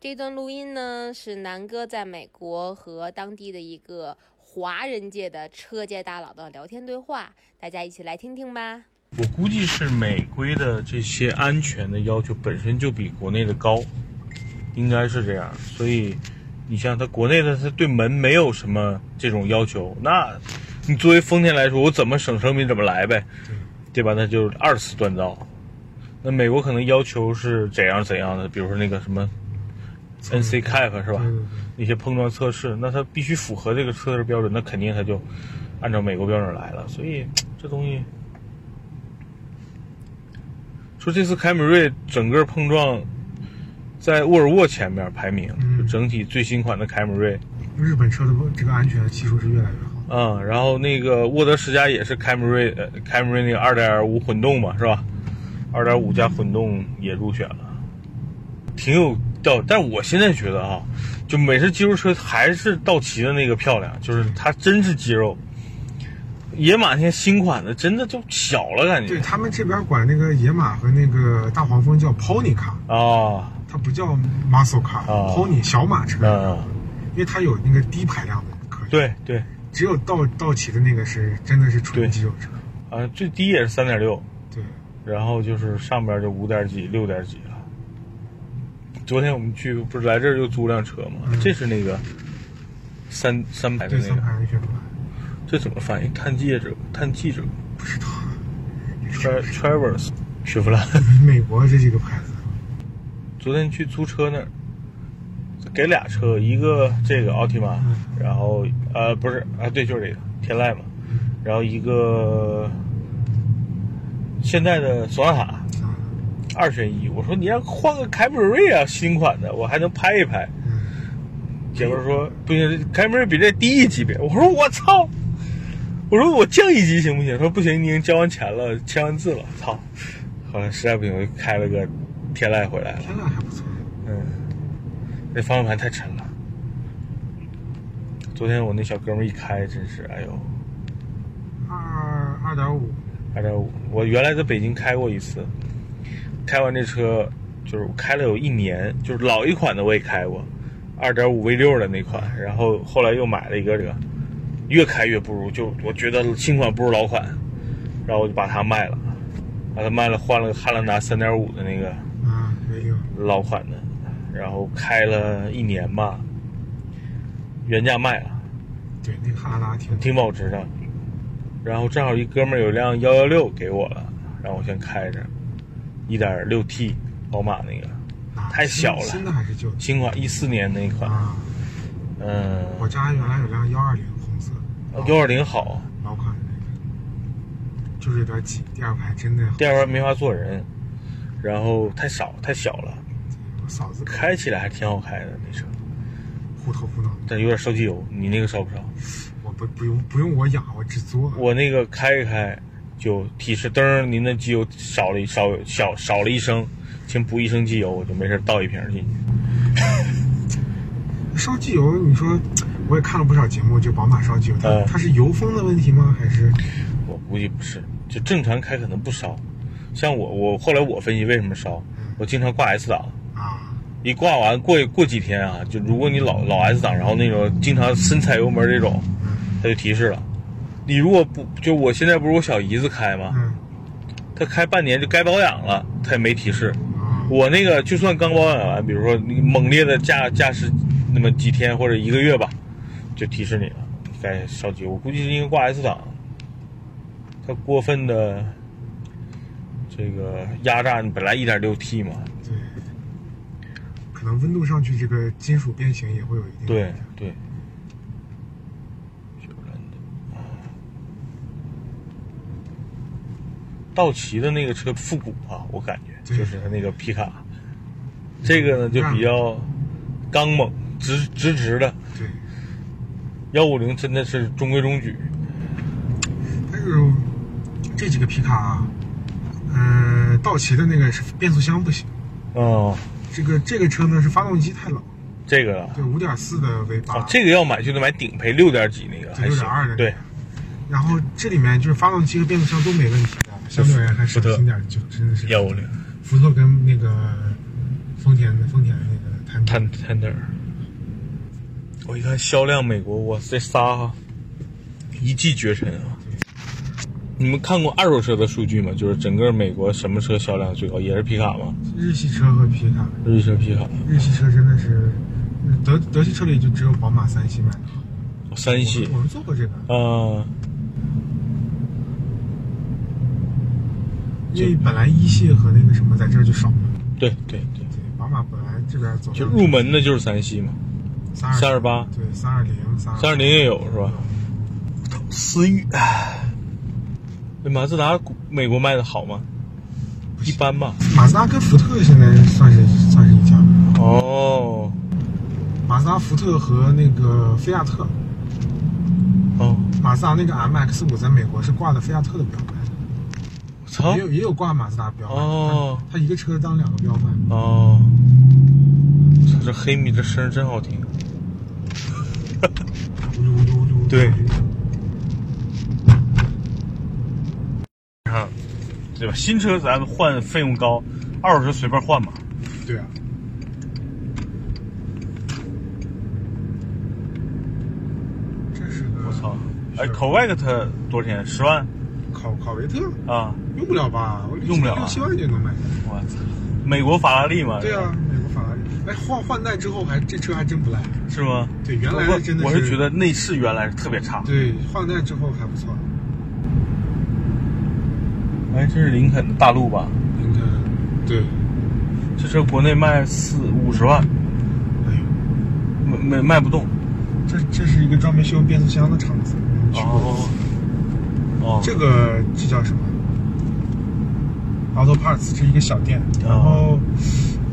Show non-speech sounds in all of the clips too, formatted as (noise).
这段录音呢，是南哥在美国和当地的一个华人界的车界大佬的聊天对话，大家一起来听听吧。我估计是美规的这些安全的要求本身就比国内的高，应该是这样。所以，你像它国内的，它对门没有什么这种要求，那你作为丰田来说，我怎么省生命怎么来呗，对吧？那就二次锻造。那美国可能要求是怎样怎样的，比如说那个什么 NC Cap 是吧？嗯那些碰撞测试，那它必须符合这个测试标准，那肯定它就按照美国标准来了。所以这东西。说这次凯美瑞整个碰撞在沃尔沃前面排名，嗯就整体最新款的凯美瑞，日本车的这个安全系数是越来越好。嗯，然后那个沃德世家也是凯美瑞，呃，凯美瑞那个二点五混动嘛，是吧？二点五加混动也入选了，挺有道。但我现在觉得啊，就美式肌肉车还是道奇的那个漂亮，就是它真是肌肉。野马现在新款的真的就小了，感觉对他们这边管那个野马和那个大黄蜂叫 pony 卡，啊啊它不叫 muscle 卡、哦 p o n y 小马车，嗯因为它有那个低排量的可以。，对对。只有道道奇的那个是真的是对纯肌肉车。好像啊最低也是三点六，对，然后就是上边就五点几、六点几了。昨天我们去不是来这儿又租辆车吗？嗯这是那个三三百的对，那三个，排的旋转，这怎么翻译？探记者，探记者不知道。 ，tra travers，雪佛兰。美国这几个牌子， (laughs) 昨天去租车那儿，给俩车，一个这个奥提玛，嗯然后呃不是啊对，就是这个天籁嘛，嗯然后一个现在的索纳塔，啊二选一。我说你让换个凯美瑞啊，新款的，我还能拍一拍。嗯，姐夫说不行，凯美瑞比这低一级别。我说我操，我说我降一级行不行？他说不行，你已经交完钱了，签完字了。操，后来实在不行，我就开了个天籁回来了。天籁还不错。嗯，那方向盘太沉了。昨天我那小哥们儿一开，真是哎呦，二二点五，二点五。我原来在北京开过一次，开完这车就是开了有一年，就是老一款的我也开过，二点五 V 六的那款，然后后来又买了一个这个，越开越不如，就我觉得新款不如老款，然后我就把它卖了，把它卖了换了个汉兰达三点五的那个啊，没有，老款的，然后开了一年吧，原价卖了，对，那个汉兰达挺挺保值的。然后正好一哥们儿有辆幺幺六给我了，让我先开着，一点六 T 宝马那个太小了啊新新的还是旧的？新款，一四年那款，啊，嗯，我家原来有辆幺二零红色，幺二零好，老款的那个，就是有点挤，第二排真的好第二边没法坐人，然后太少太小了，我嫂子开起来还挺好开的那车，虎头虎脑，但有点烧机油，你那个烧不烧？我不不用不用我养，我只做。我那个开一开就提示灯儿，您的机油少了一少小少了一升，请补一升机油，我就没事儿倒一瓶进去。烧机油，你说我也看了不少节目，就宝马烧机油，它、嗯它是油封的问题吗？还是我估计不是，就正常开可能不烧。像我我后来我分析为什么烧，我经常挂 S 档，啊？一挂完过过几天啊，就如果你老老 S 档，然后那种经常深踩油门这种，它就提示了。你如果不就我现在不是我小姨子开吗？嗯她开半年就该保养了，她也没提示。啊，我那个就算刚保养完，比如说你猛烈的驾驾驶那么几天或者一个月吧，就提示你了，你该烧机油。我估计是因为挂 S 档，它过分的这个压榨，你本来 1.6T 嘛，对，可能温度上去，这个金属变形也会有一定的对影响对。雪佛兰的道奇的那个车复古啊，我感觉对就是它那个皮卡，这个呢就比较刚猛、直直直的。对，幺五零真的是中规中矩，但是这几个皮卡啊，呃，道奇的那个是变速箱不行，哦，这个这个车呢是发动机太老，这个啊对，五点四的 V 八、哦啊，这个要买就得买顶配六点几那个对还行6.2的那，个对，然后这里面就是发动机和变速箱都没问题的，相对而言还是福特省点儿就真的是幺五零福特跟那个丰田的丰田的那个探探探点儿。我一看销量，美国哇这仨哈一骑绝尘啊！你们看过二手车的数据吗？就是整个美国什么车销量最高，也是皮卡吗？日系车和皮卡，日系车皮卡，日系车真的是德德系车里就只有宝马、三系卖的好。三系我们我们做过这个，啊，因为本来一系和那个什么在这儿就少了，对对对，对，宝马本来这边走就入门的就是三系嘛，三328对，三二零三三二零也有是吧？思域，唉那马自达美国卖的好吗？一般吧。马自达跟福特现在算是算是一家，哦马自达、福特和那个菲亚特，哦，马自达那个 MX 五在美国是挂的菲亚特的标牌，我操也！有也有挂马自达标牌，哦它它一个车当两个标牌。哦，这这黑米这声儿真好听。噜噜噜噜对看，对吧？新车咱们换费用高，二手车随便换嘛。对啊，这是个我操！是哎，Corvette 多少钱？十万考考维特啊！用不了吧？我用不了啊六七万就能买。我操！美国法拉利嘛？对啊，美国法拉利，哎，换换代之后还这车还真不赖。是吗？对，原来我真的我是是觉得内饰原来是特别差。对换代之后还不错。哎，这是林肯的大陆吧？应该对，这车国内卖四五十万，哎呦，没没卖不动。这这是一个专门修变速箱的厂子。我去过一次哦哦，这个这叫什么？Auto Parts 是一个小店，哦然后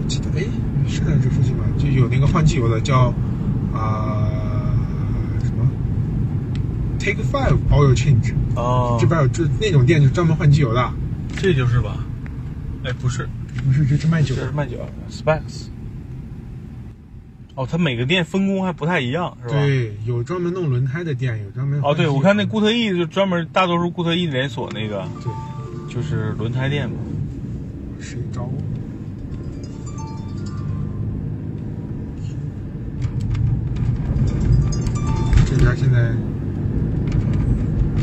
我记得哎是在这附近吧，就有那个换机油的叫啊、什么 Take Five Oil Change，、哦，这边有就那种店就专门换机油的，这就是吧？哎，不是，不是这是卖酒这的是卖酒的 Specs。哦，它每个店分工还不太一样，是吧？。对，有专门弄轮胎的店，有专门哦，换机对，油我看那的固特异就专门，大多数固特异连锁那个对就是轮胎店嘛。 (laughs) 谁找我？这边现在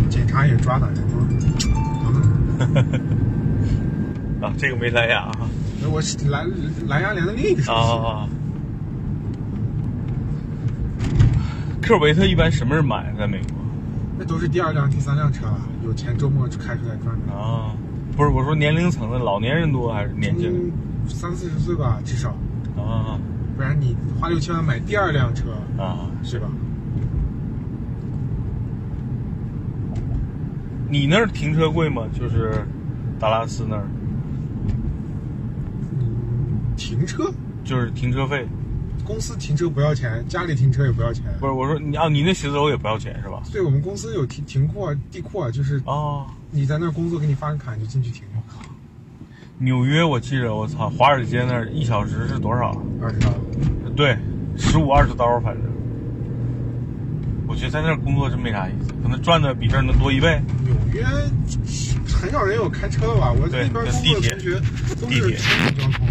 警察也抓了，人说等等， (laughs) 啊，这个没蓝牙啊哎我是蓝蓝牙连的另一个手啊机，啊啊。科尔维特一般什么人买？在美国那都是第二辆、第三辆车了，有钱周末开出来转转。啊？不是，我说年龄层的，老年人多还是年轻人嗯，三四十岁吧，至少，啊不然你花六七万买第二辆车，啊？是吧？你那儿停车贵吗？就是达拉斯那儿，嗯，停车，就是停车费。公司停车不要钱，家里停车也不要钱。不是，我说你啊，你那写字楼也不要钱是吧？对我们公司有停停库啊、地库啊，就是哦，你在那儿工作，给你发个卡，你就进去停了，纽约我记着，我操，华尔街那儿一小时是多少？二十刀。对，十五二十刀，反正。我觉得在那儿工作真没啥意思，可能赚的比这儿能多一倍。纽约很少人有开车的吧？我对那边工地作的铁同学都地是铁公共交通。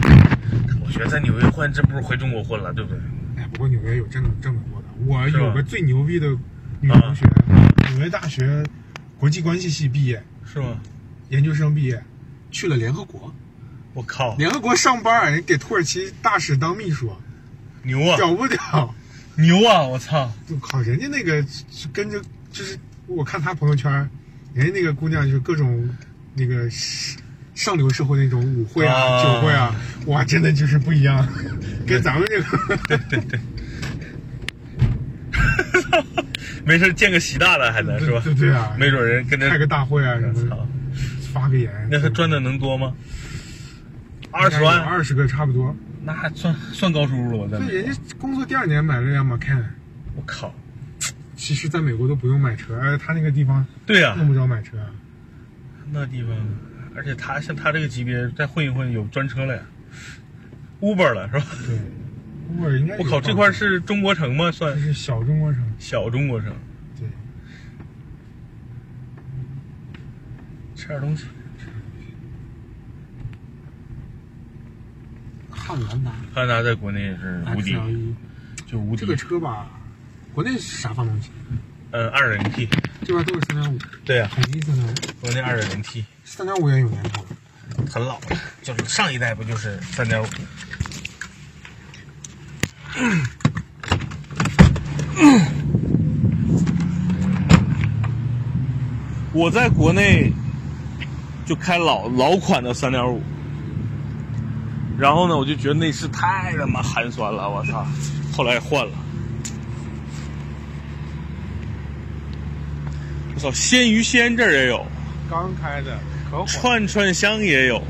我觉得在纽约混，这不如回中国混了，对不对？哎，不过纽约有挣挣得多的。我是吧啊有个最牛逼的女同学，纽约大学国际关系系毕业，是吗？研究生毕业，去了联合国，我靠，联合国上班，人给土耳其大使当秘书，牛啊，屌不屌？牛啊！我操，我靠，人家那个是跟着就是，我看她朋友圈，人家那个姑娘就是各种那个是上流社会那种舞会啊、啊酒会啊，哇，真的就是不一 (laughs) 样，跟咱们这个没事见个习大大还能是吧？对对啊没准人跟着开个大会啊什我么操的，，发个言，那他赚的能多吗？二十万，二十个差不多。那还算算高收入了吧？在所美国以人家工作第二年买了辆 Macan，我靠，其实在美国都不用买车，呃而他那个地方对啊呀、用不着买车，啊那地方，而且他像他这个级别再混一混，有专车了呀，Uber 了是吧？对，不过应该我有靠，这块是中国城吗？这算是小中国城，小中国城。对。吃点东西。汉兰达汉兰达在国内也是无敌， XL1，就无这敌个。车吧，国内是啥发动机？呃，二点零 T，这边都是三点五，对呀、统一三点五，国内二点零 T 三点五也有年头了。很老了，就是上一代不就是三点五？ (coughs) 我在国内就开老老款的三点五，然后呢，我就觉得内饰太他妈寒酸了，我操！后来换了，我操，鲜鱼鲜这儿也有。刚开的可火了，串串香也有，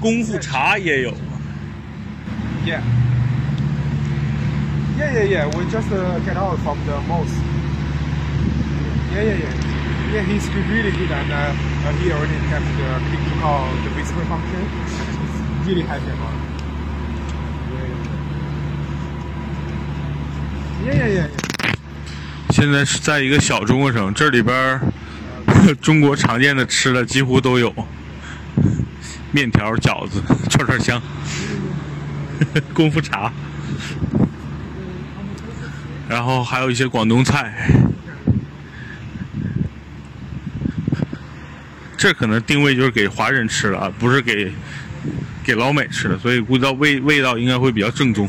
功夫茶也有。耶耶耶耶！We just uh, get out from the mosque. Yeah, yeah, yeah. Yeah, he's really good, and uh, uh, he already have the click to call the whisper function. (laughs) He's really happy about it. Yeah, yeah, yeah. yeah. 现在是在一个小中国省，这里边儿 (laughs) 中国常见的吃的几乎都有，面条、饺子、 (laughs) 串串香、功夫茶，然后还有一些广东菜。这可能定位就是给华人吃的啊，不是给给老美吃的，所以估计到味味道应该会比较正宗。